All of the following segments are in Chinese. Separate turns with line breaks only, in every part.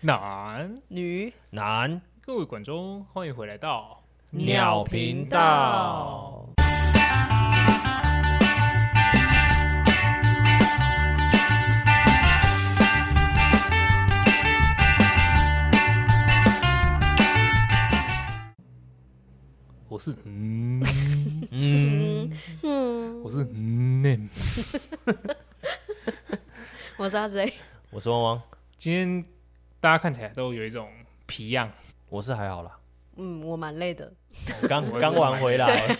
南，
女
男
各位观众，欢迎回来到。
鸟频道。
我是嗯，
嗯嗯，
我是嗯。嗯
我是阿 J，
我是汪汪，
今天大家看起来都有一种皮样
我是还好啦，
嗯，我蛮累的，
我刚刚玩回来，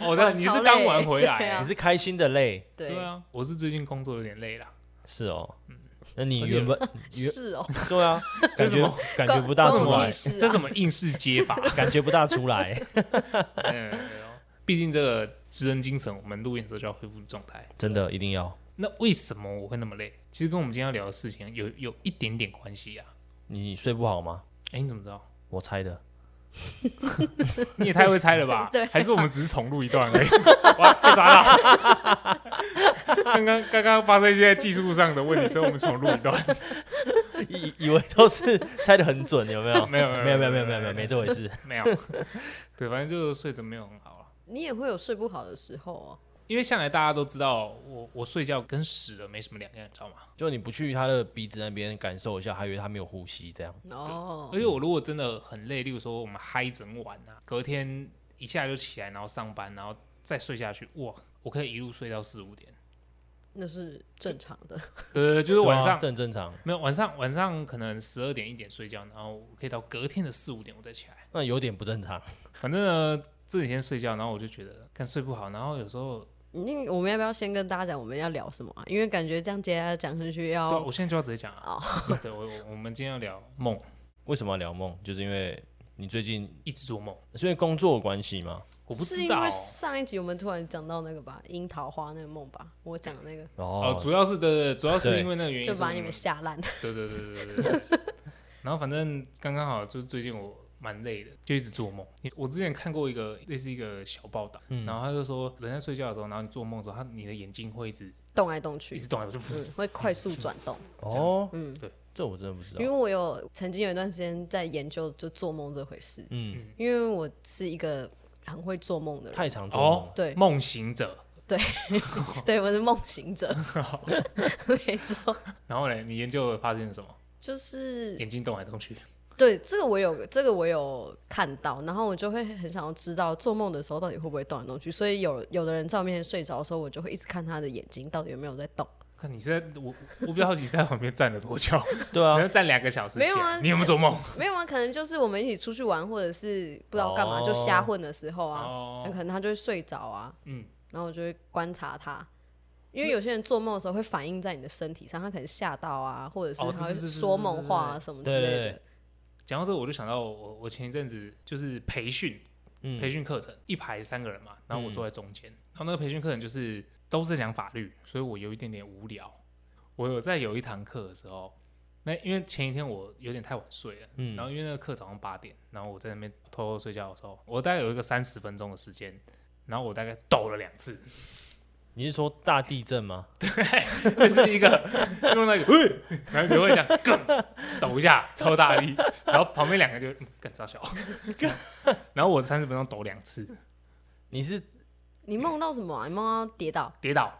哦，那你是刚玩回
对
来
啊
你，是开心的累，
对，
对啊，我是最近工作有点累了，
是哦。那你原本 原
是哦，
对啊，
这
感
是什
觉
么
感觉不大
关
出
我屁
来，
事 啊
这怎么应试接法？
感觉不大出来。
嗯，毕竟这个职人精神，我们录音的时候就要恢复状态。
真的一定要。
那为什么我会那么累？其实跟我们今天要聊的事情有有一点点关系啊。
你睡不好吗？
哎、你怎么知道？
我猜的，
你也太会猜了吧？
对啊
还是我们只是重录一段而已？哇，被抓到！刚刚刚刚发生一些技术上的问题，所以我们重录一段。
以以为都是猜的很准，有没有？
没有
没有没有没有没有没有没这回事。
没有。对，反正就是睡得没有很好了。
你也会有睡不好的时候哦，
因为向来大家都知道我我睡觉跟死了没什么两样，你知道吗？
就你不去他的鼻子那边感受一下，还以为他没有呼吸这样。
哦，
而且我如果真的很累，例如说我们嗨整晚啊，隔天一下就起来，然后上班，然后再睡下去，哇，我可以一路睡到四五点。
那是正常的，
对对对，就是晚
对啊
上、
这很正常。
没有晚上晚上可能十二点一点睡觉，然后我可以到隔天的四五点我再起来。
那有点不正常。
反正呢这几天睡觉，然后我就觉得看睡不好，然后有时候
那我们要不要先跟大家讲我们要聊什么啊？因为感觉这样接下来讲下去
对啊、
要
我现在就要直接讲啊。
哦
对我我我们今天要聊梦，
为什么要聊梦？就是因为你最近
一直做梦，
是因为工作的关系吗？
我不
是
知
因
道啊
为上一集我们突然讲到那个吧，樱桃花那个梦吧，我讲的那个
哦、
哦，
主要是对对，对主要是
对
因为那个原因，
就
所以
把
我
你们吓烂，
对对对对对对。 然后反正刚刚好，就最近我蛮累的，就一直做梦。你我之前看过一个类似一个小报道，然后他就说人在睡觉的时候，然后你做梦的时候，他你的眼睛会一直
动来动去
一，直动来动去，
嗯，会快速转动。
哦，
嗯
对，
这我真的不知
因为
道。
我有曾经有一段时间在研究就做梦这回事，
嗯，
因为我是一个很会做梦的人，
太常做
哦
梦了。
对
梦行者。
对，我是梦行 者， 没错，
然后呢，你研究了发现什么？
就是
眼睛动来动去，
对这个我有这个我有看到，然后我就会很想要知道做梦的时候到底会不会动来动去，所以有有的人在我面前睡着的时候，我就会一直看他的眼睛到底有没有在动，
看你是在我我比较好奇你在旁边站了多 久，
对
然
啊，
后站两个小时起来，
没有啊
你有没有做梦？
没有啊，可能就是我们一起出去玩或者是不知道干嘛、
哦
就瞎混的时候啊，
哦，
那、可能他就会睡着啊，
嗯，
然后我就会观察他，因为有些人做梦的时候会反映在你的身体上，他可能吓到啊，或者
哦
是他
对对对
会
对
说梦话啊什么之类
对
的。
对对
讲到这个我就想到我我前一阵子就是培训，
嗯
培训课程一排三个人嘛，然后我坐在中间，然后那个培训课程就是都是讲法律，所以我有一点点无聊。我有在有一堂课的时候，那因为前一天我有点太晚睡了，
嗯
然后因为那个课早上八点，然后我在那边偷偷睡觉的时候，我大概有一个三十分钟的时间，然后我大概抖了两次，
你是说大地震吗？
就是一个用那个，呃然后就会这样更抖一下，超大力，然后旁边两个就更傻小，然后我三十分钟抖两次，
你是
你梦到什么、啊？你梦到跌倒？
跌倒。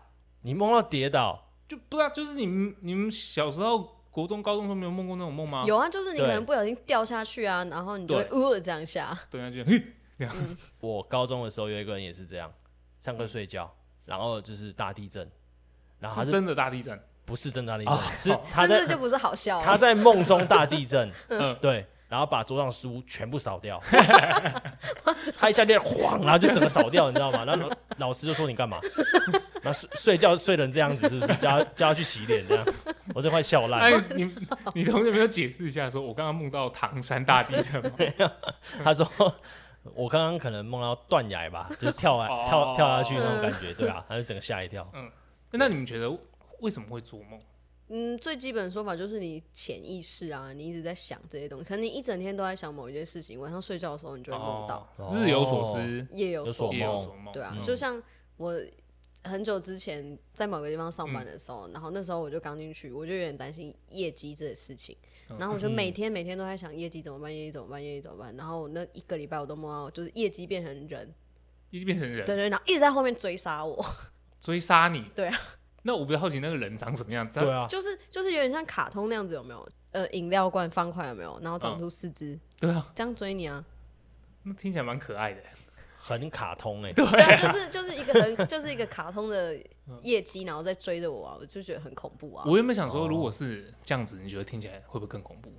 你梦到跌倒？
就不知道，就是你们你们小时候国中、高中都没有梦过那种梦吗？，
有啊，就是你可
对
能不小心掉下去啊，然后你就会呃这样下。
对啊，就嘿
嗯
我高中的时候有一个人也是这样，上课睡觉，然后就是大地震，然后他
是
是
真的大地震，
不是真的大地震，是他
但
在
是就不是好笑、
他
啊。
在梦中大地震，
嗯
对，然后把桌上书全部扫掉，他一下就晃，然后就整个扫掉，你知道吗？然后老师就说你干嘛？然后睡睡觉睡成这样子，是不是？叫他叫他去洗脸这样，我真快笑烂
哎
了。，
你你同学没有解释一下，说我刚刚梦到唐山大地震吗？
他说。我刚刚可能梦到断崖吧，就是跳
哦
啊跳跳下去那种感觉，对啊，他就整个吓 一跳。
那你们觉得为什么会做梦？
嗯，最基本的说法就是你潜意识啊，你一直在想这些东西，可能你一整天都在想某一件事情，晚上睡觉的时候你就会梦到，
哦
哦
日有所思，
夜有
有
所
所
夜
梦。
有所梦，
对啊，
嗯
就像我很久之前在某个地方上班的时候，然后那时候我就刚进去，我就有点担心业绩这个事情，然后我就每天每天都在想业绩怎么办，业绩怎么办，业绩怎么办。然后我那一个礼拜我都梦到就是业绩变成人，
一直变成人
对对，然后一直在后面追杀我，
追杀你。
对
啊。那我比较好奇那个人长什么样子，
对啊，
就是就是有点像卡通那样子，有没有？呃，饮料罐方块有没有？然后长
嗯
出四肢，
对啊，
这样追你啊？
那听起来蛮可爱的。
很卡通哎、
对啊，就是就是一个很就是一个卡通的业绩，然后在追着我啊，我就觉得很恐怖啊。
我原本想说，如果是这样子，你觉得听起来会不会更恐怖？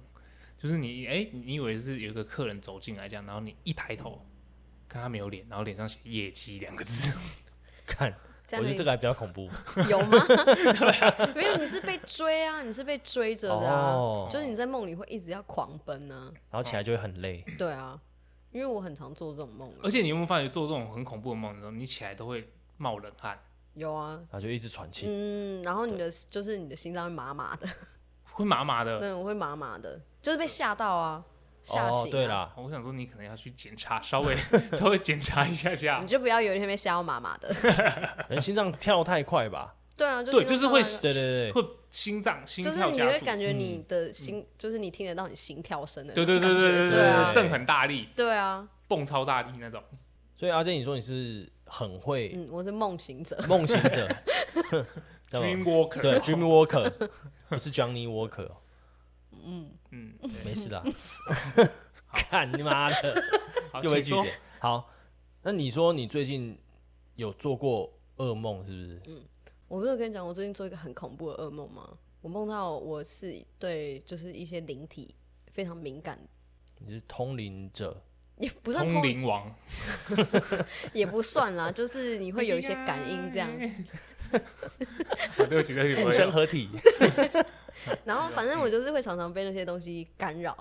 就是你哎、你以为是有一个客人走进来这样，然后你一抬头，
嗯
看他没有脸，然后脸上写“业绩”两个字，
看，
这
我
样
觉得这个还比较恐怖。
有吗？没有，你是被追啊，你是被追着的啊，
哦
就是你在梦里会一直要狂奔啊，
然后起来就会很累，
对啊，因为我很常做这种梦啊、
而且你有没有发觉做这种很恐怖的梦的时候，你起来都会冒冷汗，
有啊，
然后就一直喘气。
嗯，然后你的就是你的心脏会麻麻的，
会麻麻的。
对，我会麻麻的，就是被吓到啊，吓醒、
哦，对
了，
啦，
我想说，你可能要去检查，稍微 稍微检查一下下
你。就不要有一天被吓到麻麻的，
可能心脏跳太快吧。
对啊，就
对，
心
就
脏
是会
跳
对对对
会心脏心
就
跳
是你
加
会
速，
感觉你的心，就是你听得到你心跳声的那
对
种
对对
感觉，
对对
对啊
震很大力，
对啊，
蹦超大力那种。
所以阿健，你说你是很会
嗯，我是梦行者，
梦行者， 知道吗
Dream Walker，
对，Dream Walker，不是 Johnny Walker，哦
嗯，
没事 的。看你妈的，
好，
又被
请说
拒绝。好，那你说你最近有做过噩梦是不是？
我不是有跟你讲，我最近做一个很恐怖的噩梦吗？我梦到我是对，就是一些灵体非常敏感，
你是通灵者，
也不算
通，灵王，
也不算啦，就是你会有一些感 应这样。
啊对不起， 对不起，
附
我
身
有
合体。
啊
然后反正我就是会常常被那些东西干扰，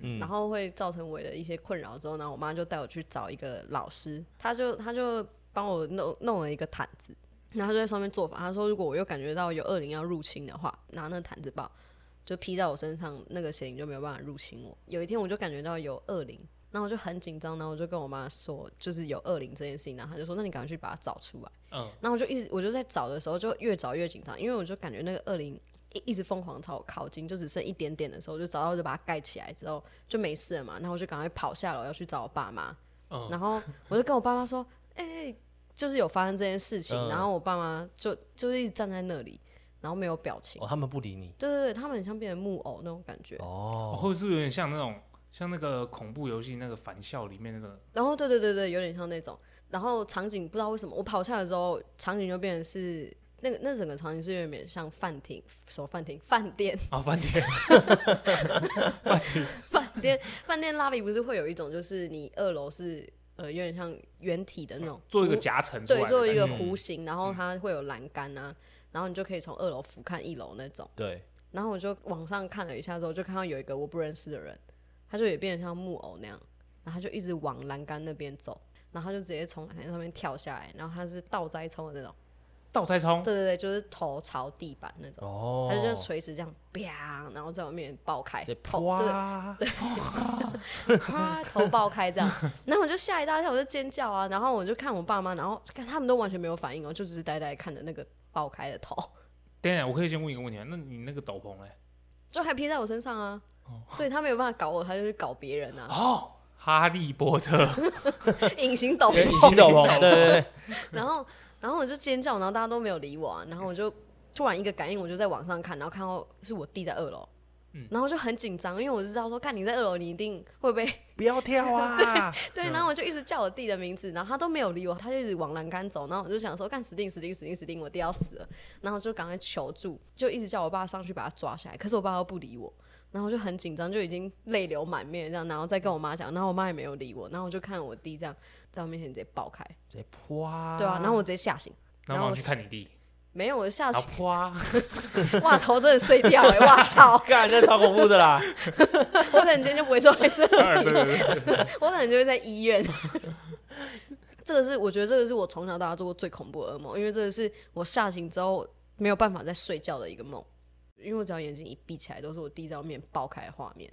嗯
然后会造成我的一些困扰。之后呢，我妈就带我去找一个老师，她就她就帮我弄弄了一个毯子，然后她就在上面做法。她说，如果我又感觉到有恶灵要入侵的话，拿那个毯子把就披在我身上，那个邪灵就没有办法入侵我。有一天我就感觉到有恶灵。然后我就很紧张，然后我就跟我妈说，就是有恶灵这件事情，然后她就说，那你赶快去把它找出来。
嗯，
然后我就一直我就在找的时候，就越找越紧张，因为我就感觉那个恶灵一一直疯狂朝我靠近，就只剩一点点的时候，我就找到我就把它盖起来之后就没事了嘛。然后我就赶快跑下楼要去找我爸妈，
嗯
然后我就跟我爸妈说：“哎、就是有发生这件事情。
嗯
然后我爸妈就就是一直站在那里，然后没有表情。
哦，他们不理你。
对对对，他们很像变成木偶那种感觉。
哦
哦，
会不会是有点像那种像那个恐怖游戏那个返校里面那 种
然后对对对对，有点像那种。然后场景不知道为什么，我跑下来之后，场景就变成是那个那整个场景是有点像饭厅，什么饭厅饭店。
哦
啊饭店，
饭店饭店拉比不是会有一种，就是你二楼是呃有点像圆体的那种，
做一个
弧
夹层出来
对，
的感觉，
做一个
嗯
弧形，然后它会有栏杆啊，然后你就可以从二楼俯瞰一楼那种。
对，
然后我就往上看了一下之后，就看到有一个我不认识的人，他就也变得像木偶那样，然后他就一直往栏杆那边走，然后他就直接从栏杆上面跳下来，然后他是倒栽葱的那种，
倒栽葱，
对对对，就是头朝地板那种，
哦，
他就这样垂直这样，啪，然后在我面前爆开
这，
头哦对
啪，
啪，头爆开这样， 然后我就吓一大跳，我就尖叫啊，然后我就看我爸妈，然后看他们都完全没有反应哦，就只是呆呆看着那个爆开的头，
等一下，我可以先问一个问题啊？那你那个斗篷嘞？
就还披在我身上啊，所以他没有办法搞我，他就去搞别人啊，
哦，哈利波特，
隐形斗
对，
篷，
隐形斗篷，哦对对 对，
然后然后我就尖叫，然后大家都没有理我啊，然后我就突然一个感应，我就在往上看，然后看到是我弟在二楼。然后就很紧张，因为我知道说，看你在二楼，你一定会被
不要 跳啊！
对，然后我就一直叫我弟的名字，然后他都没有理我，他就一直往栏杆走，然后我就想说，干死定死定死定死定，我弟要死了，然后就赶快求助，就一直叫我爸上去把他抓下来，可是我爸又不理我，然后我就很紧张，就已经泪流满面这样，然后再跟我妈讲，然后我妈也没有理我，然后我就看我弟这样在我面前直接爆开，
直接啪，
对啊，然后我直接吓醒，
然
然后
后
我
去看你弟，
没有我吓
然
醒
后，啪，
哇头真的碎掉哎、欸，哇操，
干，这超恐怖的啦！
我可能今天就不会坐在这
对对对对，
我可能就会在医院。 这个是我觉得这个是我从小到大做过最恐怖的噩梦，因为这个是我吓醒之后没有办法再睡觉的一个梦，因为我只要眼睛一闭起来，都是我弟在我面前爆开的画面。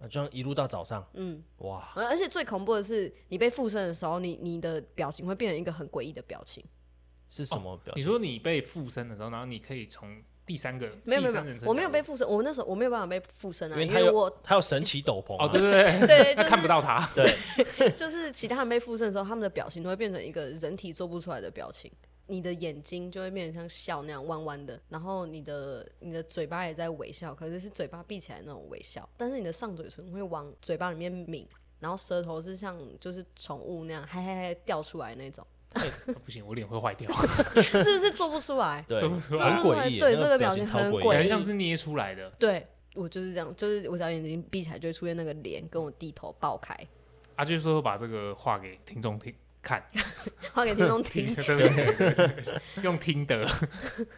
啊就这样一路到早上，
嗯，
哇，
而而且最恐怖的是，你被附身的时候，你你的表情会变成一个很诡异的表情。
是什么表
哦
你
情？
说你被附身的时候，然后你可以从第三个，
没有
第
没有
三
没
人
有，
称
我没有
角
被
度
附身，我那时候我没有办法被附身啊，
因为
因
他
为
有
我
他有神奇斗篷
哦，
啊，
对对对，
对，就
他
是
看不到 他，
对，
就是其他人被附身的时候，他们的表情都会变成一个人体做不出来的表情。你的眼睛就会变成像笑那样弯弯的，然后你的你的嘴巴也在微笑，可是是嘴巴闭起来那种微笑，但是你的上嘴唇会往嘴巴里面抿，然后舌头是像就是宠物那样嘿嘿嘿掉出来那种，
哦不行，我脸会坏 掉，
是不是做不出来？
对，
做
很
不出
来
诡异耶，
哎对
那
这个表
情
情
超
很诡
诡异
感觉
异
像是捏出来的。
对我就是这样，就是我只要眼睛闭起来就会出现那个脸跟我低头爆开，
阿娟说把这个画给听众听看，
画给听众 听
听，对对对对用听的，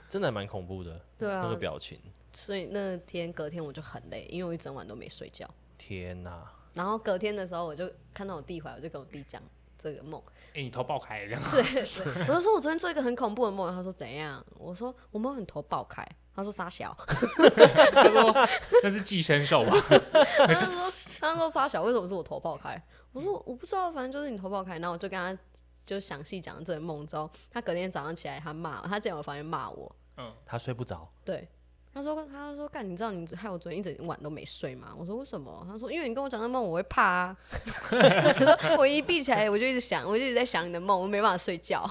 真的还蛮恐怖的
对
那
啊
个，表情，
所以那天隔天我就很累，因为我一整晚都没睡觉。
天哪！
然后隔天的时候，我就看到我弟回来，我就跟我弟讲这个梦。
哎，你头爆开了这样。
我就说我昨天做一个很恐怖的梦，他说怎样？我说我梦很头爆开，他说傻小，
他说那是寄生兽吧？
他说他说傻小，为什么是我头爆开？我说我不知道，反正就是你头爆开。然后我就跟他就详细讲了这个梦之后，他隔天早上起来，他骂我他在我房间骂我，
他睡不着，
对。他说：“他说干，你知道你害我昨天一整晚都没睡吗？”我说：“为什么？”他说：“因为你跟我讲那梦，我会怕啊。”我说：“我一闭起来，我就一直想，我就一直在想你的梦，我没办法睡觉。”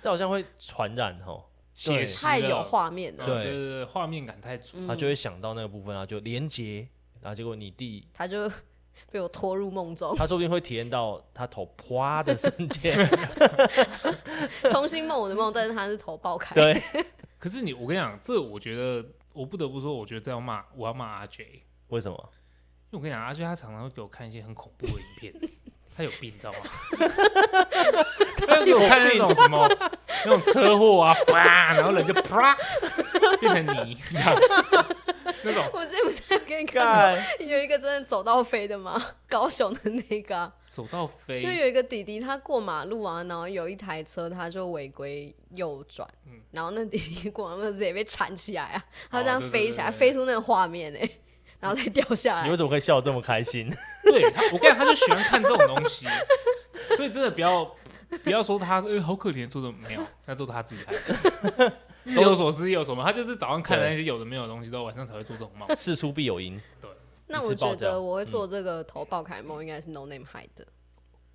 这好像会传染哦吼，
写实
太
了
有画面
嗯
了。
对
对
对对，画面感太足。
他就
嗯
会想到那个部分，然后就连接，然后结果你弟
他就被我拖入梦中，
他说不定会体验到他头啪的瞬 间，
重新梦我的梦，但是他是头爆开。
对，
可是你，我跟你讲，这我觉得，我不得不说，我觉得这要骂，我要骂阿 J，因为
为什么？
我跟你讲，阿 J 他常常会给我看一些很恐怖的影片，他有病，你知道吗？ 他有给我看那种什么那种车祸啊，啪，然后人就啪变成泥这样， 那种
我之前不是有给你看
干，
有一个真的走到飞的吗？高雄的那个啊、
走到飞
就，有一个弟弟，他过马路啊，然后有一台车他就违规右转，然后那弟弟过马路直接被缠起来啊，他就这
嗯哦对
样
对
飞起来，
对对
飞出那个画面哎、然后再掉下
你
来
为。什么可以笑得这么开心？
对他，我跟你讲，他就喜欢看这种东西，所以真的不要不要说他，呃，好可怜，做的没有，那都是他自己看的。 日有所思，夜有所梦，他就是早上看的那些有的没有的东西，到晚上才会做这种梦。
事出必有因，
那
一
我
次爆
觉
掉
得我会做
嗯
这个头爆开梦，应该是 No Name 害的。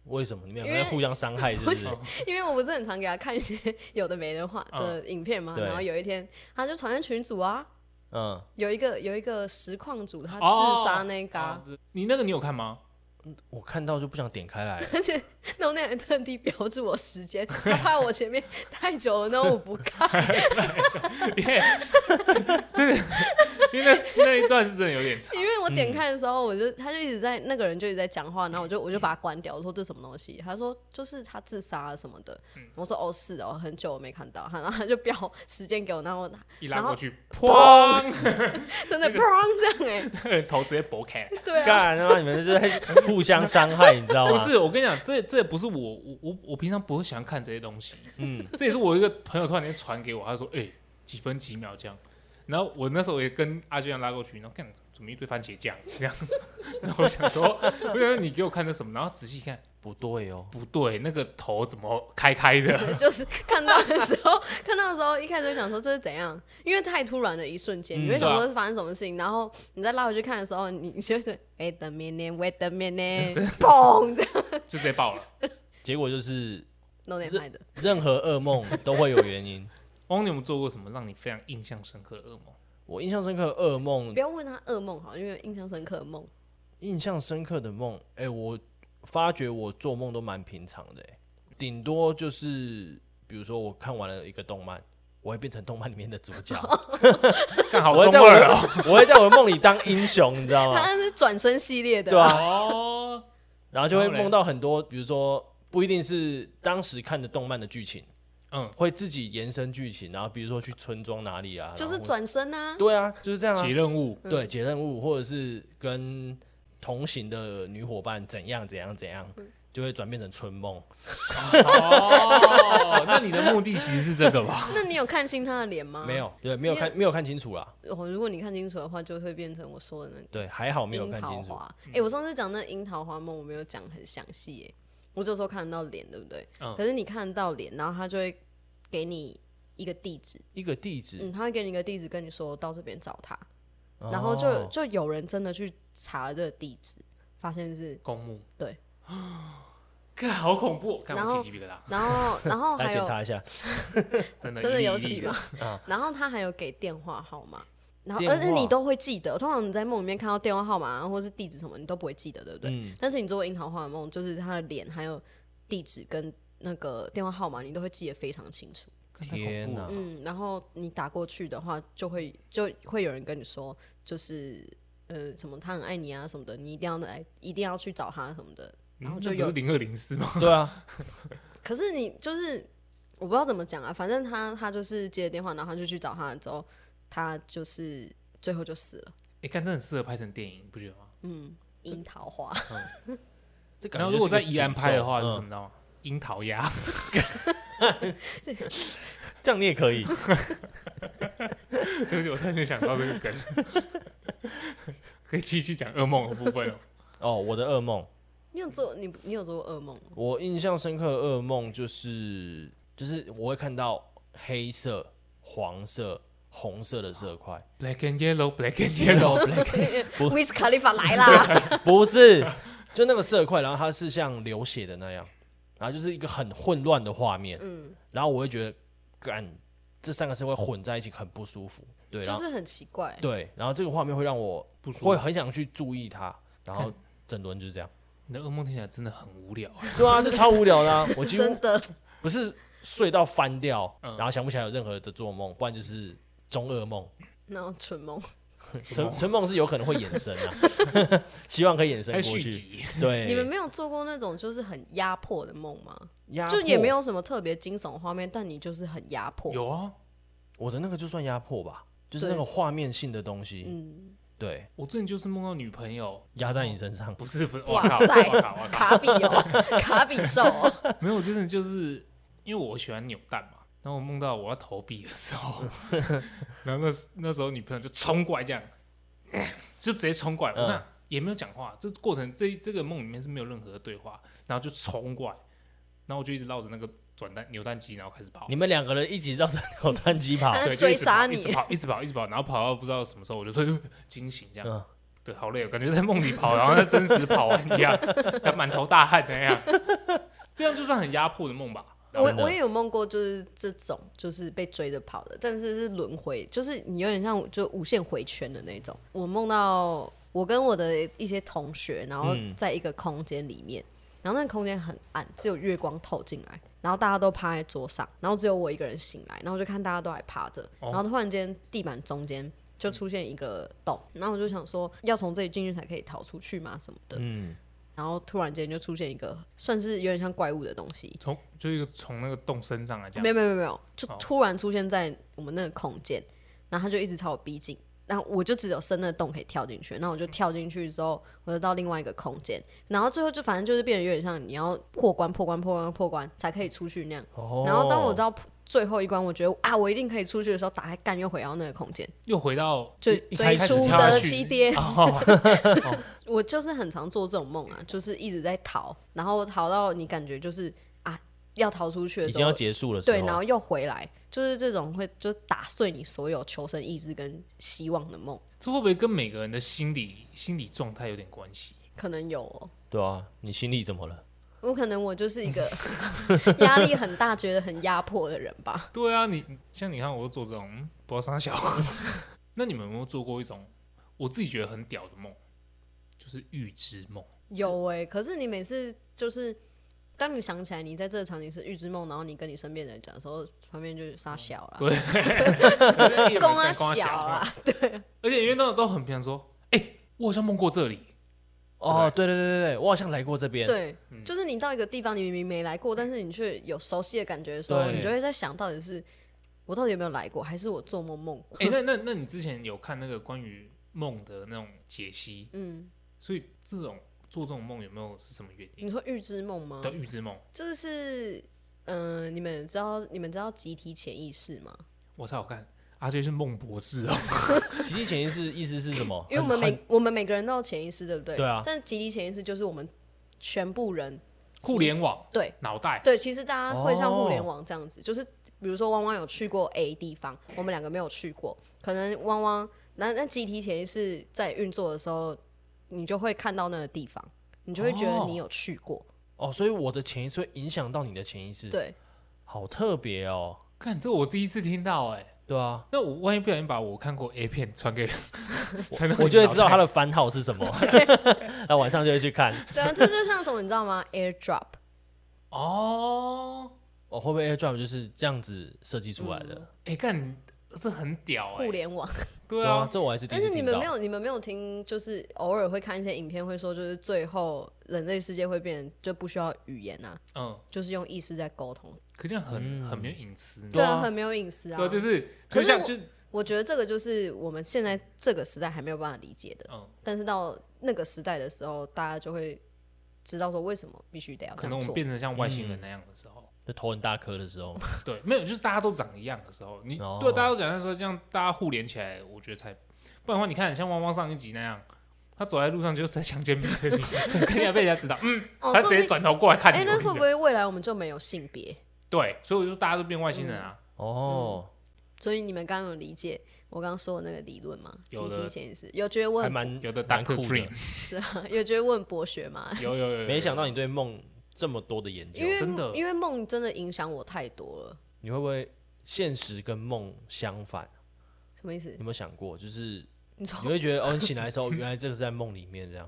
为什么？你们
因
两
为
个在互相伤害，是不是？
因为我不是很常给他看一些 有的没的话的影片嘛，
嗯对
然后有一天他就传在群组啊，
嗯，
有一个有一个实况组他
哦
自杀那个、啊，
哦你那个你有看吗？
我看到就不想点开 来，
而且弄那人特地标注我时间，他怕我前面太久了，那我不 看。
因为这个，因为那那一段是真的有点长
因。为我点开的时候，我就他就一直在那个人就一直在讲话，然后我就我就把他关掉，我说这什么东西？他说就是他自杀了什么的。
嗯
我说哦是哦，很久我没看到他，然后他就标时间给我，然后他
一拉
然后
过去，砰，
真 的砰这样哎、
头直接拨开。
对啊。
干他妈你们就在 互相伤害，你知 道吗？
不是，我跟你讲，这这不是我我我我平常不会喜欢看这些东西。嗯，这也是我一个朋友突然间传给我，他说：“哎、几分几秒这样。”然后我那时候也跟阿娟拉过去，然后看怎么一堆番茄酱这样。 然后我想说，我想说你给我看的什么？然后仔细看，
不对哦，
不对，那个头怎么开开的？
就是看到的时候，看到的时候，一开始就想说这是怎样，因为太突然了，一瞬间，
嗯
你会想说是发生什么事情，然后你再拉回去看的时候，你你就会觉得，哎，the minute，wait the minute，砰，这样
就直接爆了。
结果就是
弄点拍的。
任何噩梦都会有原因。
汪，你有没有做过什么让你非常印象深刻的噩 梦？
我印象深刻的噩梦
不，要问他噩梦好，因为印象深刻的梦，
印象深刻的梦，哎、我发觉我做梦都蛮平常的、哎顶多就是比如说我看完了一个动漫，我会变成动漫里面的主角，
干好
我会
中
在我
二
的
哦！
我会在我的梦里当英雄，你知道 吗？
他是转身系列的，
对啊，
哦，
然后就会
然后嘞
梦到很多，比如说不一定是当时看的动漫的剧情，
嗯，
会自己延伸剧情，然后比如说去村庄哪里啊，
就是
然后
转身啊，
对啊，就是这样啊
解，任务，
对，解任务或者是跟同行的女伙伴怎样怎样怎样，就会转变成春梦。
哦，那你的目的其实是这个 吧？
那你有看清他的脸吗？
啊没。有，对，没有
嗯因为
看，没有看清楚啦。
哦，如果你看清楚的话，就会变成我说的那个。
对，还好没有
樱
看
桃
清楚。嗯
花。哎、我上次讲那樱桃花梦，我没有讲很详细耶，我就说看得到脸，对不对？
嗯
可是你看得到脸，然后他就会给你一个地址，
一个地址，
嗯，他会给你一个地址，跟你说到这边找他，然后就
哦
就有人真的去查了这个地址，发现是，
公墓，
对，
看好恐怖，看
然
我
后
起鸡皮疙瘩，
然 后然后
来
还
检
有
查一下，
真的
真的
一粒
有
一粒
起
的
吗？ 然后他还有给电话号码，然后
嗯电
而且你
话
都会记得，通常你在梦里面看到电话号码啊或是地址什么，你都不会记得，对不对？
嗯，
但是你做樱桃花的梦，就是他的脸还有地址跟那个电话号码，你都会记得非常清楚。
看太恐怖
天
了
哪
嗯，然后你打过去的话，就会就会有人跟你说，就是呃什么他很爱你啊什么的，你一定要来，一定要去找他什么的。然后
嗯
就
那不
有
是零二零四吗？
对啊，
可是你就是我不知道怎么讲啊，反正他他就是接了电话，然后他就去找他，之后他就是最后就死了。
哎，看这很适合拍成电影，你不觉得吗？
嗯，樱桃花，
这感
然后
觉
如果
就
在
是一个
宜兰拍的话
诅咒
是
嗯
什么呢？樱桃鸭，
这样你也可以，
对不起，我突然间想到这个梗， 可以继续讲噩梦的部 分哦。
哦，我的噩梦，
你有做你你有做过噩梦吗？
我印象深刻的噩梦就是就是我会看到黑色、黄色、红色的色块，
Black and yellow，Black and yellow，
不
w i s Khalifa 来 啦！
不是，就那个色块，然后它是像流血的那样，然后就是一个很混乱的画面，
嗯，
然后我会觉得，干，这三个色块混在一起很不舒服，对，
就
然后、
是很奇怪。
对，然后这个画面会让我
不舒服
会很想去注意它，然后整轮就是这样，
你的噩梦听起来真的很无聊。
对啊，这超无聊的、啊，我几乎
真的，
不是睡到翻掉，然后想不起来有任何的做梦，不然就是中噩梦。
然后蠢梦，
做
陈
梦
陈梦是有可能会衍生啊， 希望可以衍生
还
过
续
去。
集，
对，
你们没有做过那种就是很压迫的梦吗？
压
就也
迫
没有什么特别惊悚画面，但你就是很压迫。
有啊，
我的那个就算压迫吧，就是
对
那个画面性的东西，
嗯，哦
对，
我之前就是梦到女朋友
压在你，身上。
不是不是，哇
哇
靠
塞
哇靠哇，靠，
卡比哦， 卡比兽哦，
没有，就是就是因为我喜欢扭蛋嘛，然后我梦到我要投币的时 候，然后那时那时候女朋友就冲过来这样，就直接冲过来，我
嗯
看、也没有讲话，这过程这这个梦里面是没有任何的对话，然后就冲过来，然后我就一直绕着那个转蛋扭蛋机，然后开始跑
你。们两个人一起绕着扭蛋 机跑，
他
对，就
呃追
一直
杀
跑一直
你
跑，一直跑，一直跑，然后跑到不知道什么时候，我就 突然惊醒这样。
嗯，
对，好累，哦，感觉在梦里跑，然后在真实跑完一样， 还满头大汗那样， 这样就算很压迫的梦吧。
我
真的
我也有梦过，就是这种，就是被追着跑的，但是是轮回，就是你有点像就无限回圈的那种。我梦到我跟我的一些同学，然后
嗯
在一个空间里面，然后那个空间很暗，只有月光透进来，然后大家都趴在桌上，然后只有我一个人醒来，然后就看大家都还趴着，
哦
然后突然间地板中间。就出现一个洞，然后我就想说，要从这里进去才可以逃出去嘛什么的，
嗯，
然后突然间就出现一个算是有点像怪物的东西，
从就一个从那个洞升上来这
没
样，
有没有没有没有，就
哦
突然出现在我们那个空间，然后他就一直朝我逼近，然后我就只有伸那个洞可以跳进去，然后我就跳进去之后，我就到另外一个空间，然后最后就反正就是变得有点像你要破关破关破关破关才可以出去那样。
哦
然后当我到最后一关，我觉得啊我一定可以出去的时候，打开干又回到那个空间，
又回到
就
一
最
开始
初
跳下
的
去
起点。
哦，
我就是很常做这种梦啊，就是一直在逃，然后逃到你感觉就是啊要逃出去的
已
时
经
候
要，结束了，
对，然后又回来，就是这种会就打碎你所有求生意志跟希望的梦，
这会不会跟每个人的心理心理状态有点关系？
可能有、哦。
对啊，你心里怎么了？
我可能我就是一 个压力很大、觉得很压迫的人吧。
对啊，你像你看，我做这种嗯不知道啥小， 那你们有没有做过一种我自己觉得很屌的梦，就是预知梦？
有哎、可是你每次就是当你想起来你在这个场景是预知梦，然后你跟你身边的人讲的时候，旁边就是傻小啦，公啊
干公
小啊，
而且因为那种都很平常说，哎，我好像梦过这里，
哦，对对对对对，我好像来过这边，
对，就是你到一个地方，你明明没来过，但是你却有熟悉的感觉的时候，
对
你就会在想到底是我到底有没有来过，还是我做梦梦过？
哎、那那那你之前有看那个关于梦的那种解析？
嗯，
所以这种做这种梦有没有是什么原因
你说预知梦吗？
的预知梦？
就是，嗯、你们知道你们知道集体潜意识吗？
我才好看，阿杰是梦博士哦、
集体潜意识意思是什么？
因为我们
很
每我们每个人都有潜意识，对不对？
对啊
但集体潜意识就是我们全部人
互联网
对
脑袋
哦
对，其实大家会像互联网这样子，就是比如说汪汪有去过 A 地方，我们两个没有去过，可能汪汪那那集体潜意识在运作的时候，你就会看到那个地方，你就会觉得
哦
你有去过，
哦，所以我的潜意识会影响到你的潜意识，，
对，
好特别哦，
看这我第一次听到哎、
对 啊，
那我万一不小心把我看过 A 片传给，传到
我就会知道他
的
的番号是什么， 那晚上就会去看，
对啊，这就像什么你知道吗？AirDrop，
哦，
哦，会不会 AirDrop 就是这样子设计出来的？
嗯
哎、干这很
哦
屌哎、
互联网。
对
对啊
啊，，
这我还是第
但
一次
是你
听
们
到
没。有，你们没有听，就是偶尔会看一些影片，会说就是最后人类世界会变，就不需要语言啊，
嗯，
就是用意识在沟通。
可这样很、
嗯
很没有隐私，
对啊
很没有隐私啊。
对啊，就是就
可
是像
我
就
我觉得这个就是我们现在这个时代还没有办法理解的，
嗯，
但是到那个时代的时候，大家就会知道说为什么必须得要这
可能
样
我们
做。
变成像外
嗯
星人那样的时候，
就头很大颗的时
嗯
候，
对，没有，就是大家都长一样的时候，你、
哦
对大家都长一样的时候，这样大家互联起来，我觉得才，不然的话，你看像汪汪上一集那样。他走在路上就在强奸别的女生， 肯定要被人家知道。嗯，
哦，
他
说
直
不
接
定
转头过来看你。
哎，
我
那
跟你
会不会未来我们就没有性别？
讲对？所以我就说大家都变外星人啊。
哦，
嗯所以你们刚刚有理解我刚刚说的那个理论吗？集
有的
体潜意识有觉得
还
问
蛮
有的
蛮
Doctor
酷的
Dream，
是啊， 有觉得问博学吗？
有有有有，
没想到你对梦这么多的研究
因，为
真的
因为梦真的影响我太多了。
你会不会现实跟梦相反？
什么意思
有？没有想过，就是
你说
你会觉得哦，你醒来的时候，原来这个是在梦里面这样。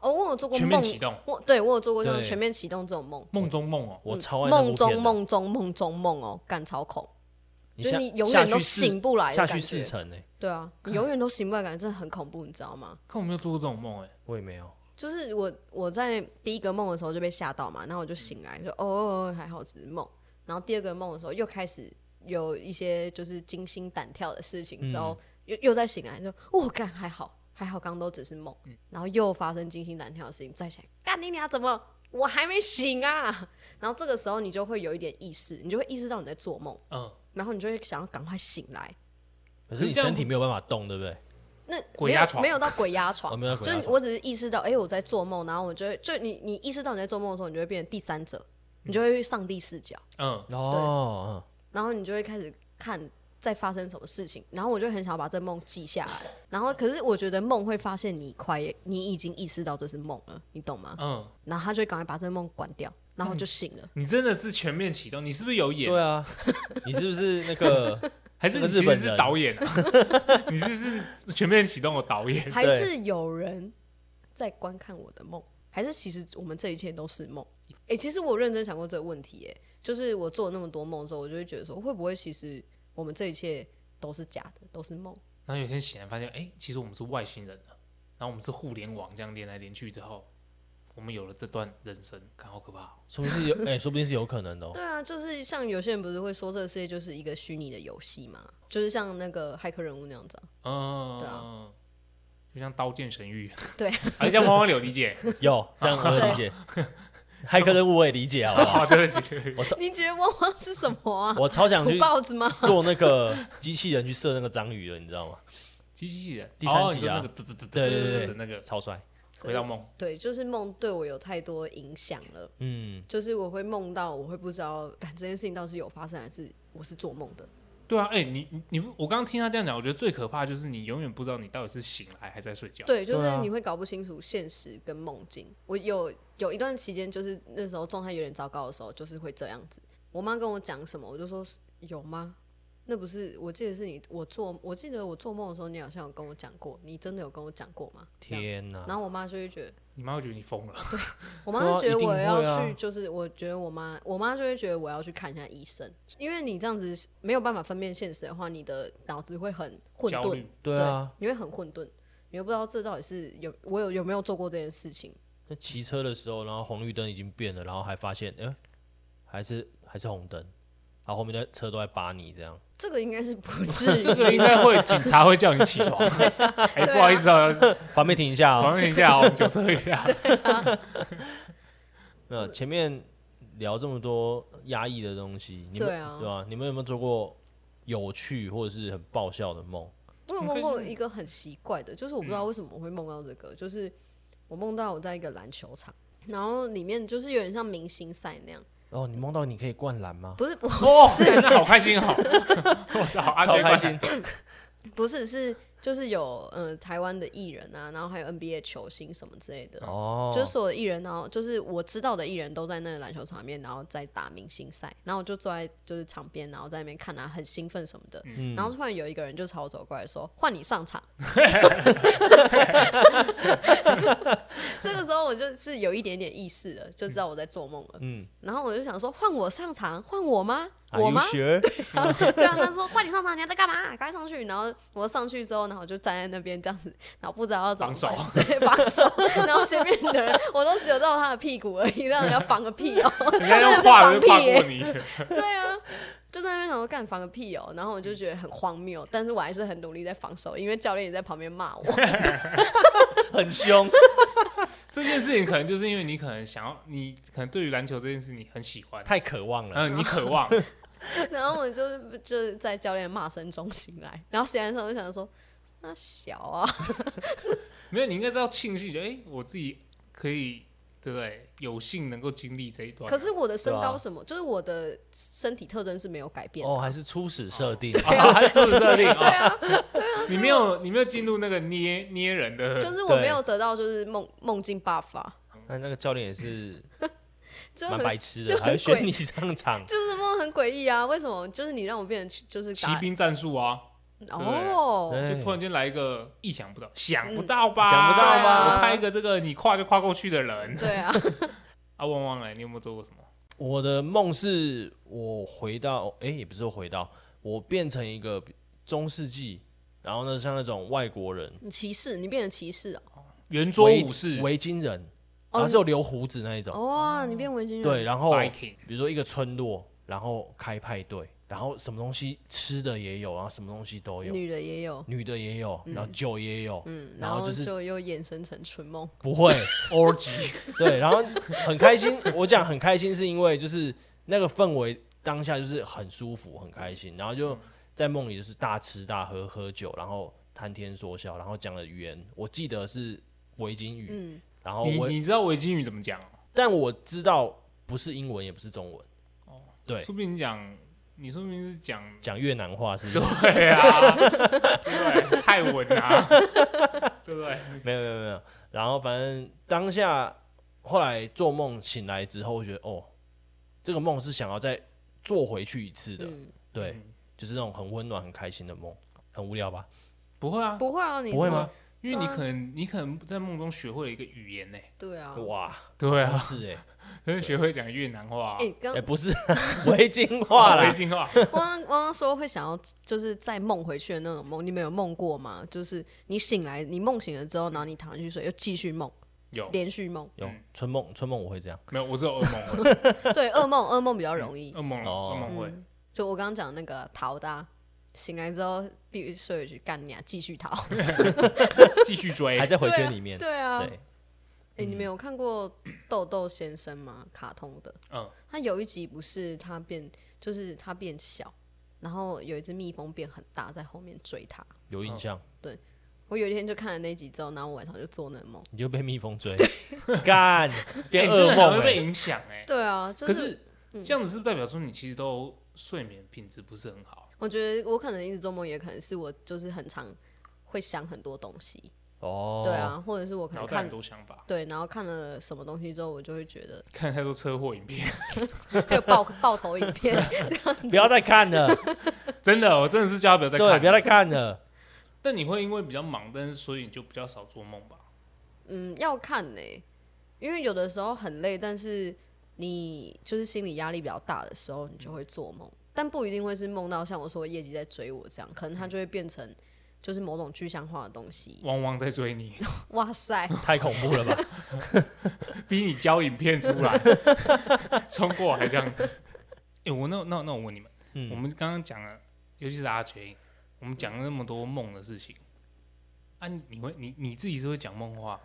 哦，我有做过
全面
梦，
启动，
我对我有做过像
对
全面启动这种梦，
梦中梦哦，
我
嗯
超爱那部
梦
片
中
的，
梦中梦中梦哦，赶超恐，
你
就是
下
你永
下
远
去
都
四
醒不来的
下
感
去四
觉
层欸呢，
对啊，你永远都醒不来，感觉真的很恐怖，你知道吗？
可我没有做过这种梦哎。
我也没有。
就是我我在第一个梦的时候就被吓到嘛，然后我就醒来，就哦哦哦还好只是梦。然后第二个梦的时候又开始有一些就是惊心胆跳的事情，之后、
嗯
又又再醒来就哦干还好还好，刚刚都只是梦。
嗯
然后又发生惊心胆跳的事情，再起来干你俩怎么我还没醒啊？然后这个时候你就会有一点意识，你就会意识到你在做梦，
嗯，
然后你就会想要赶快醒来。
可
可
是
是
你
这样
身体
不
没有办法动，对不对？
那
鬼
没有
压床
没有到鬼压 床
哦，没有到
就
鬼压
是我只是意识到，哎、我在做梦，然后我就会，就你你意识到你在做梦的时候，你就会变成第三者，你就会去上帝视角，
嗯，
哦，
然后你就会开始看在发生什么事情，然后我就很想把这梦记下来，然后可是我觉得梦会发现你快，你已经意识到这是梦了，你懂吗？
嗯，
然后他就会赶快把这个梦关掉，然后就醒了。
你真的是全面启动，你是不是有
嗯
演？
对啊，你是不是那个？
还是
那
你
个
其
日
实
本
是
人
导演 啊？你是是全面启动的导演？
还是有人在观看我的梦，还是其实我们这一切都是梦？哎、其实我认真想过这个问题、诶，就是我做了那么多梦之后，我就会觉得说，会不会其实我们这一切都是假的，都是梦？
然后有一天醒来发现，哎、其实我们是外星人了，然后我们是互联网这样连来连去之后，我们有了这段人生，看好可怕、哦。
说不定是有，哎、说不定是有可能的、哦。
对啊，就是像有些人不是会说这个世界就是一个虚拟的游戏嘛，就是像那个骇客人物那样子啊、
嗯，
对啊
就像《刀剑神域》
对，
而像汪汪柳理 解，
有这样我也理解，骇客任务我也理解，好不好？
好，哦对不起，对不起
你觉得汪汪是什么啊？
我超想
土
去
豹子吗？
做那个机器人去射那个章鱼的，你知道吗？
机器人
第三
哦
集
你说
啊
那个对对对
对对对
的那个
超帅，
回到梦，
对，就是梦对我有太多影响了。
嗯，
就是我会梦到，我会不知道，感这件事情到底是有发生还是我是做梦的。
对啊，哎、你你你不，我刚刚听他这样讲，我觉得最可怕就是你永远不知道你到底是醒来还在睡觉。
对，就
对
是
啊
你会搞不清楚现实跟梦境。我有有一段期间，就是那时候状态有点糟糕的时候，就是会这样子。我妈跟我讲什么，我就说有吗？那不是，我记得是你，我做，我记得我做梦的时候，你好像有跟我讲过，你真的有跟我讲过吗？这样
天哪！
然后我妈就会觉得，
你妈会觉得你疯了。
我妈
对啊
就觉
一
得
定
我要
会啊
去，就是我觉得我妈，我妈就会觉得我要去看一下医生，因为你这样子没有办法分辨现实的话，你的脑子会很混
焦
沌
虑，
对啊，，
你会很混沌，你又不知道这到底是有我有有没有做过这件事情，
那骑车的时候，然后红绿灯已经变了，然后还发现，哎、还是还是红灯，然后后面的车都在扒你，这样
这个应该是不 至于，
这个应该会警察会叫你起 床。哎、
对啊
不好意思啊，
旁边停一下 哦、
缓一下哦，我们纠正一下。
那前面聊这么多压抑的东西，你们
对啊
吧、你们有没有做过有趣或者是很爆笑的梦？
我有梦过一个很奇怪的，就是我
嗯
不知道为什么我会梦到这个，就是我梦到我在一个篮球场，然后里面就是有点像明星赛那样，
哦，你梦到你可以灌篮吗？
不是，不
哦，
是，
那好开 心哦！我操，阿
超
杰
开心，
不是，是就是有呃台湾的艺人啊，然后还有 NBA 球星什么之类的，
哦，
就是所有的艺人，然后就是我知道的艺人都在那个篮球场里面，然后在打明星赛，然后我就坐在就是场边，然后在那边看啊，很兴奋什么的，
嗯
然后突然有一个人就朝我走过来说：“换你上 场。” 这个时候我就是有一点点意识了，就知道我在做梦了，
嗯
然后我就想说：“换我上场，换我吗？
，Are
我
you
吗？”
sure？
然后 对啊，他说换你上场，你还在干嘛？赶快上去！然后我上去之后，然后我就站在那边这样子，然后不知道要怎么办
防
对，防守。然后前面的人我都只有到他的屁股而已，让人家防个屁哦、
人家
真
用
的是
话就
防屁
跨过
耶、
你，
对啊，就在那边想说干防个屁哦、然后我就觉得很荒谬，但是我还是很努力在防守，因为教练也在旁边骂我。
很 凶，
这件事情可能就是因为你可能想要，你可能对于篮球这件事你很喜欢，
太渴望了。
嗯，你渴 望，
然后我就是就是在教练骂声中醒来，然后醒来的时候我就想说。那小啊，
没有，你应该是要庆幸，就哎、我自己可以，对不对？有幸能够经历这一段。
可是我的身
对啊
高什么，就是我的身体特征是没有改变的。
哦，还是初始设定，
啊， 还是设定
对
啊，
啊，
你没有，你没有进入那个捏捏人 的，
就是我没有得到就是梦梦境 buff 啊，
那那个教练 也是
就
蛮
很
白痴
就
的，
很，
还会选你上场
就是梦很诡异啊。为什么？就是你让我变成就是
骑
打
兵战术啊，
哦，
就
对
突然间来一个意想不到，想
嗯
不到吧？
哎想不
到吧
我拍一个这个你跨就跨过去的人
对啊，
啊，汪汪来，你有没有做过什么？
我的梦是我回到，哎、也不是说回到，我变成一个中世纪，然后呢，像那种外国人，
你歧视，你变成骑士哦，
圆桌
维
武士
维京人，然后哦是有留胡子那一种，
哇，你变维京人，
对，，然后
Viking，
比如说一个村落，然后开派对，然后什么东西吃的也有，然后什么东西都有，
女的也有，
女的也有，然后酒也有，
嗯，
然后
后
就是
就又衍生成纯梦，
不 会，
欧吉，
对，然后很开心。 我讲很开心是因为就是那个氛围当下就是很舒服，很开心。然后就
嗯
在梦里就是大吃大喝，喝酒，然后谈天说笑，然后讲的语言我记得是维京语，
嗯，
然后
你
哦我
你知道维京语怎么讲哦？
但我知道不是英文也不是中文，
哦
对，
说不定你讲，你说不定是讲
讲越南话是 不是？
对啊，对不对？泰文啊，对不对？
没有没有没有。然后反正当下后来做梦醒来之后，我觉得哦，这个梦是想要再做回去一次的，
嗯
对，就是那种很温暖、很开心的梦，很无聊吧？
不会啊，
不会啊，你
不会
怎么
吗？？
因为你可能你可能在梦中学会了一个语言呢、
对啊，
哇，
对
真，是哎，
可能学会讲越南话、啊、
哎，刚
哎，不是 维京话
北
啦，
京话，
汪汪汪说会想要就是再梦回去的那种梦，你们有梦过吗？就是你醒来，你梦醒了之后，然后你躺下去睡，又继续梦，
哦
有
连续梦。
有
嗯
春梦，春梦我会这样，
没有？我只有噩梦会，
对，噩梦，噩梦比较容易。
噩梦，
哦
噩梦会。
嗯就我刚刚讲那个逃的啊、醒来之后必须睡回去干你啊，继续逃。
继续追
还。在回圈里面，
对啊，哎、
对，
你们有看过豆豆先生吗？卡通的，
嗯，
他有一集不是他变，就是他变小，然后有一只蜜蜂变很大，在后面追他。
有
嗯
印象，
我有一天就看了那集之后，然后我晚上就做那个梦。
你就被蜜蜂追， 干
哎
变
你真的很
噩梦
会被
哎，
影响哎、
对啊，就
可是这样子是不是代表说你其实都睡眠品质不是很好？
我觉得我可能一直做梦，也可能是我就是很常会想很多东西，
哦，
对，啊，或者是我可
脑
能
袋很
看
多想法，
对，然后看了什么东西之后，我就会觉得
看太多车祸影片，
还有爆 爆头影片，
不要再看了，
真的，哦我真的是叫他不 要再
对，
看。
不要再看了，
但你会因为比较忙，但是所以你就比较少做梦吧？
嗯，要看呢、因为有的时候很累，但是你就是心理压力比较大的时候，你就会做梦，但不一定会是梦到像我说业绩在追我这样，可能它就会变成就是某种具象化的东西。
汪汪在追你，
哇塞，
太恐怖了吧？
逼你交影片出来， 冲过来这样子。哎、我那那那我问你们，我
嗯，
们刚刚讲了，尤其是阿杰，我们讲了那么多梦的事情，啊，你你会你你自己是会讲梦话？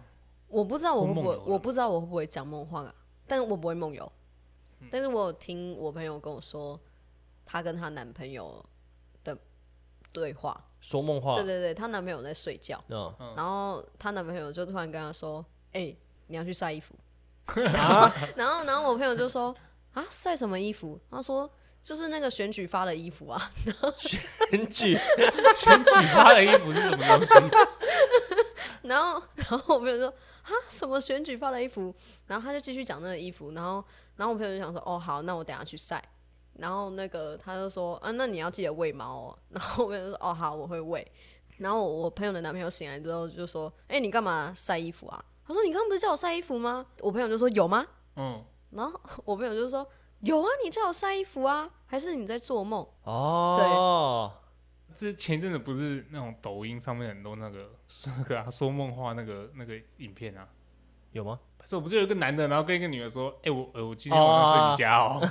我不知道我会不
会梦
会
游，的
我
吗
不知道我会不会讲梦话啊，但是我不会梦游。
嗯
但是我有听我朋友跟我说，她跟她男朋友的对话，
说梦话
对，对对，她男朋友在睡觉，
嗯
然后她男朋友就突然跟她说：“哎、你要去晒衣服。”然后然后我朋友就说：“啊晒什么衣服？他说就是那个选举发的衣服啊，
选 举
前几发的衣服是什么东西？
然后，然后我朋友说啊，什么选举发的衣服？然后他就继续讲那个衣服，然后，然后我朋友就想说，哦，好，那我等下去晒。然后那个他就说，啊，那你要记得喂猫哦。 然后我朋友就说，哦，好，我会喂。然后我朋友的男朋友醒来之后就说，哎、你干嘛晒衣服啊？他说，你刚刚不是叫我晒衣服吗？我朋友就说，有吗？
嗯，
然后我朋友就说，有啊，你叫我晒衣服啊，还是你在做梦？
哦，
之前一阵子不是那种抖音上面很多那个 那个啊说梦话那个那个影片啊，
有吗？
不是我不是有一个男的，然后跟一个女的说，哎、我呃我今天晚上睡你家哦，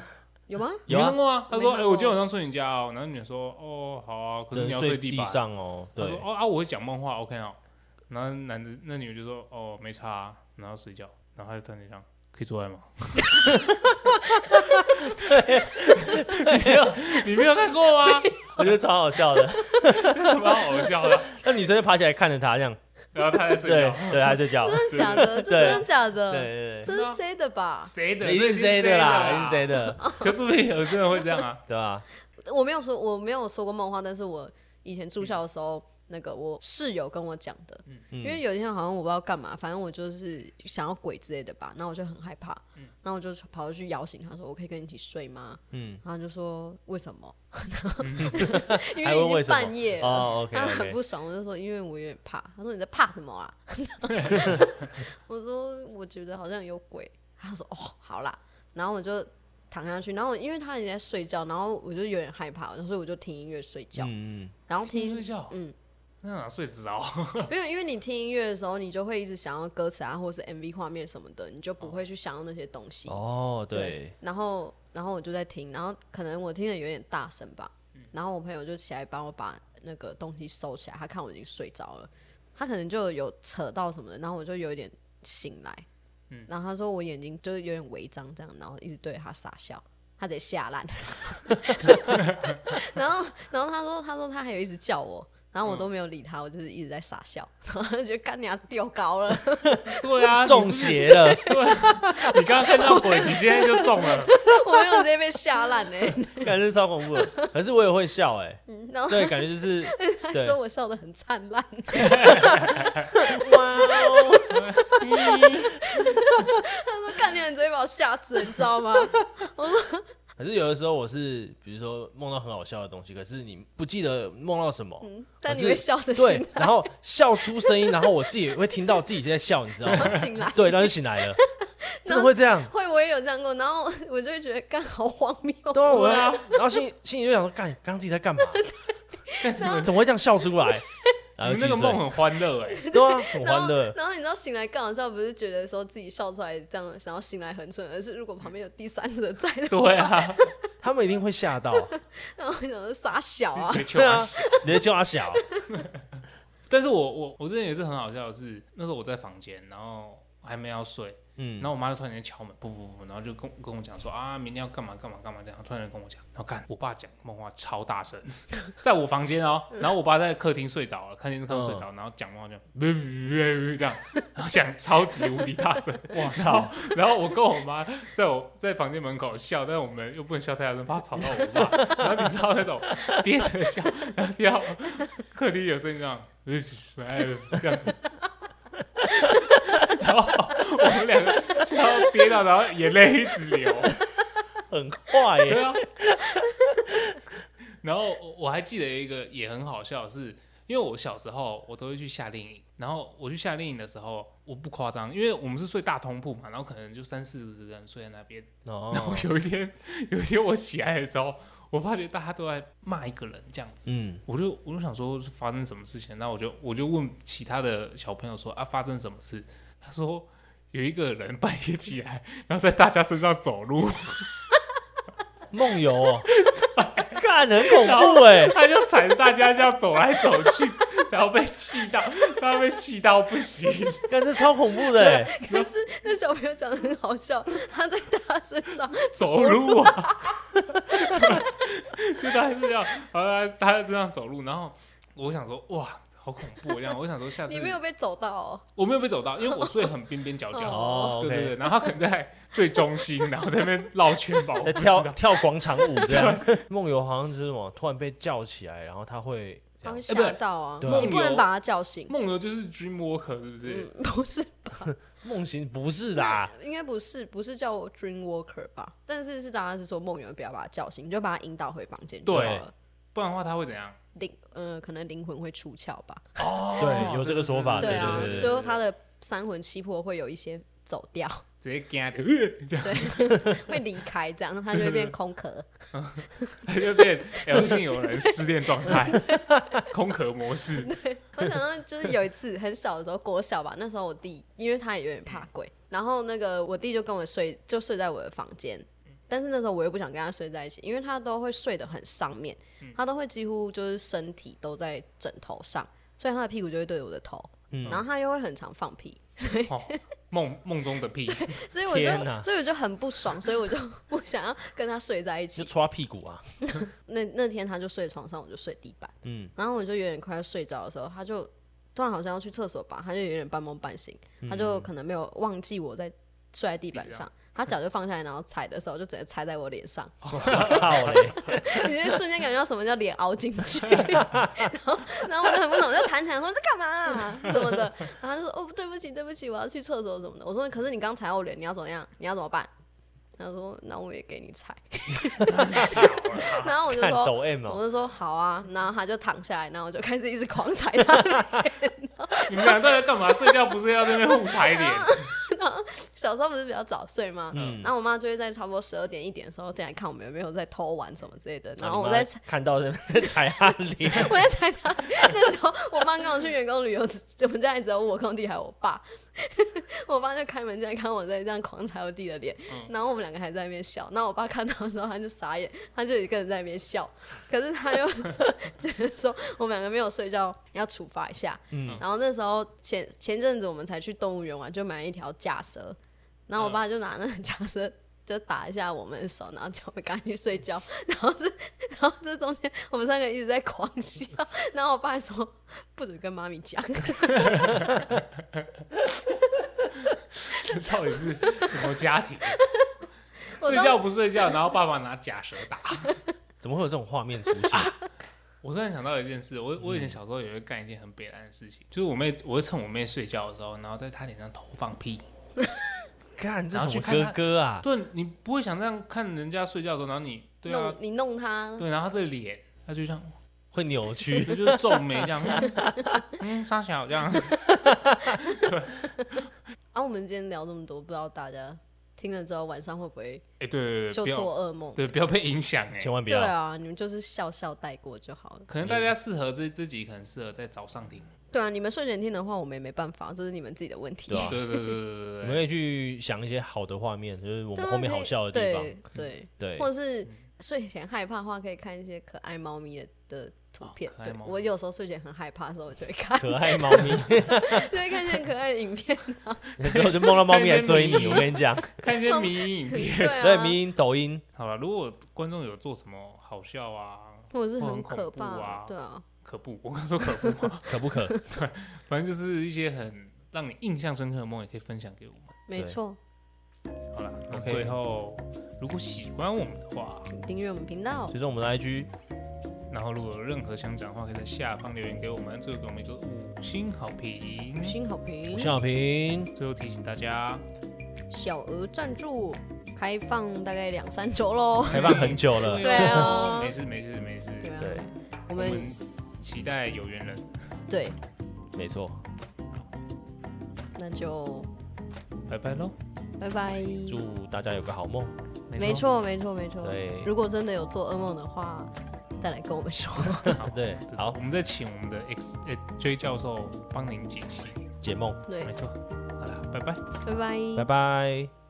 有吗？
你
有
没
啊
看，过吗？他
没
说，哎、
看
我
过
今天晚上睡你家哦，然后女的说，哦好啊，可
只
是
能
你要
睡
睡地
地
板。
上哦。
他
对
说，哦啊，我会讲梦话，OK 哦。然后男的那女的就说，哦没差、啊，然后睡觉，然后他就突然就这样，可以做爱吗？ 你没有看过 吗？
我觉得超好笑的。
蛮好笑的。
那女生就爬起来看着他这样，
然后他在睡
对
觉，
对，他在睡觉。
真的假的？这
对啊
真的假
对
的？
对
这是谁的吧？
谁的？啊
对，一定是
谁
谁的啦？一定
啦？
是 谁的？
啊可是不是有真的会这样啊？
对吧？
我没有说我没有说过梦话，但是我以前住校的时候，那个我室友跟我讲的，
嗯
因为有一天好像我不知道干嘛，反正我就是想要鬼之类的吧，那我就很害怕，那我就跑过去摇醒他说：“我可以跟你一起睡吗？”
嗯，
然后他就说：“为什么？” 因
还问
为已
为
经
什么
半夜了。
哦，OK
他啊很
OK，
不爽，我就说因为我有点怕。他说你在怕什么 啊？我说我觉得好像有鬼。他说哦，好啦。然后我就躺下去，然后因为他也在睡觉，然后我就有点害怕，所以我就听音乐睡觉。
嗯嗯，
然后
听
听
睡，觉，
嗯，
那哪睡得着？
因为因为你听音乐的时候，你就会一直想要歌词啊，或者是 MV 画面什么的，你就不会去想要那些东西。
哦，对
对，然后然后我就在听，然后可能我听的有点大声吧，然后我朋友就起来帮我把那个东西收起来，他看我已经睡着了，他可能就有扯到什么的，然后我就有一点醒来，然后他说我眼睛就是有点微张这样，然后一直对着他傻笑。他得吓烂，然后，然后他说，他说他还有一直叫我，然后我都没有理他，我就是一直在傻笑，然后他就觉得干你要掉高了，
对啊，
中邪了，
你你刚刚看到鬼，你现在就中了。
我没有直接被吓烂哎、
感觉超恐怖的。可是我也会笑哎，
然后
对，感觉就是
他
对
说我笑得很灿烂，
哇哦，
他说：“干你，你直接把我吓死了，你知道 吗？
可是有的时候我是，比如说梦到很好笑的东西，可是你不记得梦到什么，
嗯但
可
你
是
会笑着
对
醒，
然后笑出声音，然后我自己也会听到自己在笑，你知道吗？
来，醒来。
对，然后就醒来了，真的会这样。
会，我也有这样过，然后我就会觉得干好荒谬。
对啊，我要，然后心心里就想说，干，刚刚自己在干嘛？怎么会这样笑出来？然后
你
就
那个
继续睡
梦很欢乐 哎，
对啊，很
然
欢
后
乐，。
然后你知道醒来更好笑，不是觉得说自己笑出来这样，想要醒来很蠢，而是如果旁边有第三者在的，
对啊，
他们一定会吓到，
然后我想说傻小啊，
谁求
对啊
啊？，
你在叫他小，
但是我我我之前也是很好笑的是，那时候我在房间，然后还没要睡，
嗯
然，后我妈就突然间敲门，不不不，然后就跟跟我讲说啊，明天要干嘛干嘛干嘛这样，突然间跟我讲，然后看我爸讲梦话超大声， 在我房间哦，然后我爸在客厅睡着了，看电视看到睡着，然后讲梦话就 这样，然后讲超级无敌大声，
我操，
然后我跟我妈在我在房间门口笑，但是我们又不能笑太大声，怕吵到我爸，然后你知道那种憋着笑，然后听到客厅有声音这样，哎这样子。然后我们两个笑到憋到，然后眼泪一直流。
很坏 耶，
对啊。然后我我还记得一个也很好笑的是，因为我小时候我都会去夏令营，然后我去夏令营的时候，我不夸张，因为我们是睡大通铺嘛，然后可能就三四十个人睡在那边。
哦
然，后有一天，有一天我起来的时候，我发觉大家都在骂一个人这样子。
嗯，
我就我就想说是发生什么事情，那我就我就问其他的小朋友说啊发生什么事？他说有一个人半夜起来，然后在大家身上走路，
梦游哦， 干很恐怖哎，
他就踩着大家这样走来走去，然后被气到，他被气到不行。
干这超恐怖的哎，
可是那小朋友讲的很好笑，他在他身上，
走路啊， 就他是这样，然后他他就这样走路，然后我想说哇，好恐怖哦这样。我想说下次
你没有被走到哦，
我没有被走到，因为我睡很边边角角。
哦
对对
，OK，
对，然后他可能在最中心，然后在那边绕圈吧，我
在
不知
跳
道。
跳广场舞这样。梦游好像就是什么，突然被叫起来，然后他会这
他
样
哎不
会吓
对
到啊
对啊，
你不能把他叫醒。
梦游就是 dream walker 是不是？
嗯，不是，
梦醒不是啊啦，
应该不是，不是叫我 dream walker 吧？但是是当然是说梦游不要把他叫醒，你就把他引导回房间就好
对
了。
不然的话他会怎样？
灵呃，可能灵魂会出窍吧？
哦
对，有这个说法，
对
对
啊
对，对，
就是他的三魂七魄会有一些走掉，
直接干掉，呃这样
会离开，这样他就会 变空壳。
他就变 L 型有人失恋状态，空壳模式。
我想到就是有一次很小的时候，国小吧，那时候我弟因为他也有点怕鬼，
嗯
然后那个我弟就跟我睡，就睡在我的房间。
嗯
但是那时候我又不想跟他睡在一起，因为他都会睡得很上面，
嗯
他都会几乎就是身体都在枕头上，所以他的屁股就会对着我的头，
嗯
然后他又会很常放屁，
哦，梦梦中的屁，
所以我
天哪
就所以我就很不爽，所以我就 不想要跟他睡在一起。
就抓屁股 啊，
那那天他就睡床上，我就睡地板，
嗯
然后我就有点快要睡着的时候，他就突然好像要去厕所吧，他就有点半梦半醒，
嗯
他就可能没有忘记我在睡在地板
地
上，他脚就放下来，然后踩的时候就直接踩在我脸上，
操嘞，
你就会瞬间感觉到什么叫脸凹进 去，然后然后我就很不懂，我就弹起来说你在干嘛啊什么的，然后他就说哦对不起对不起，我要去厕所什么的，我说可是你刚踩到我脸，你要怎么样？你要怎么办？他说那我也给你踩，
小了。
然后我就
看
说
抖 M
我
哦，
就说好啊，然后他就躺下来，然后我就开始一直狂踩 他的。
你们俩到底在干嘛？睡觉不是要在那边互踩脸？
小时候不是比较早睡吗？
嗯，
然后我妈就会在差不多十二点一点的时候进来看我们有没有在偷玩什么之类的，然
啊
后
你
我
妈
在踩，
看到人踩他脸，
我在踩他。那时候我妈跟我去员工旅游，只我们家里只有我跟我弟还有我爸， 我爸就开门进来看我在这样狂踩我弟的脸，
嗯
然后我们两个还在那边笑。那我爸看到的时候他就傻眼，他就一个人在那边笑，可是他又 觉得说我们两个没有睡觉，要处罚一下。
嗯
然后那时候前前阵子我们才去动物园玩，就买了一条假蛇，然后我爸就拿那个假蛇。 就打一下我们的手，然后叫我们赶紧去睡觉。 然后这，然后这中间我们三个一直在狂笑。 然后我爸说：“不准跟妈咪讲。”
这到底是什么家庭？
我
睡
都
觉不睡觉，然后爸爸拿假蛇打。
怎么会有这种画面出现？
我突然想到一件事，我我以
嗯
前小时候也会干一件很北兰的事情，就是我妹，我会趁我妹睡觉的时候，然后在她脸上偷放屁。
看这
然后去
什么
看
哥
他
哥啊，
对，你不会想这样看人家睡觉的时候，然后你对啊
弄，你弄他，
对，然后她的脸，她就这样，
会扭 曲，
就就是皱眉这样，嗯，傻小这样。
啊，我们今天聊这么多，不知道大家听了之后晚上会不会
哎、对对对，
就
不要，
做噩梦？
对，不要被影响哎、
千万不
对
要，
啊，你们就是笑笑带过就好了。
可能大家适合这这集，可能适合在早上听。
对啊，你们睡前听的话，我们也没办法，这是你们自己的问题。
对啊
对对对对 对
我们
对，
可以去想一些好的画面，就是我
对
们
啊
后面
可以
好笑的地方，
对
对
对，，或者是睡前害怕的话，可以看一些可爱猫咪的的图片
哦。可爱
对
猫，咪
我有时候睡前很害怕的时候，我就会看，
可爱猫咪，
就会看一些很可爱的影片。啊
你之后就梦到猫咪来追
看一
你，
些
我跟你讲，
看一些迷影影片。
对
对，
啊，
迷因抖音，
好了，如果观众有做什么好笑啊、
或者是
或很
很
恐
可
怖
怕
啊
的，对啊，
可不，我刚说可不嘛，
可不可？
反正就是一些很让你印象深刻的梦，也可以分享给我们。
没
对
错，
好了，那
OK
最后如果喜欢我们的话，
请订阅我们频道
其，实我们的 IG
然后如果有任何想讲的话，可以在下方留言给我们，最后给我们一个五星好评
五。星好评
五，星好评，
最后提醒大家，
小额赞助开放大概两三周喽。
开放很久了，
对啊
没事没事没事，
对啊
对，
我
我
们
们期待有缘人，
对，
没错，
那就
拜拜喽。
拜拜。
祝大家有个好梦，
没，错，没错，没错。
对
如果真的有做噩梦的话，再来跟我们说。
对，好
我，们再请我们的 X 呃 J 教授帮您解析。
解梦，
对嗯
没，错，好了，拜拜。
拜拜。
拜拜。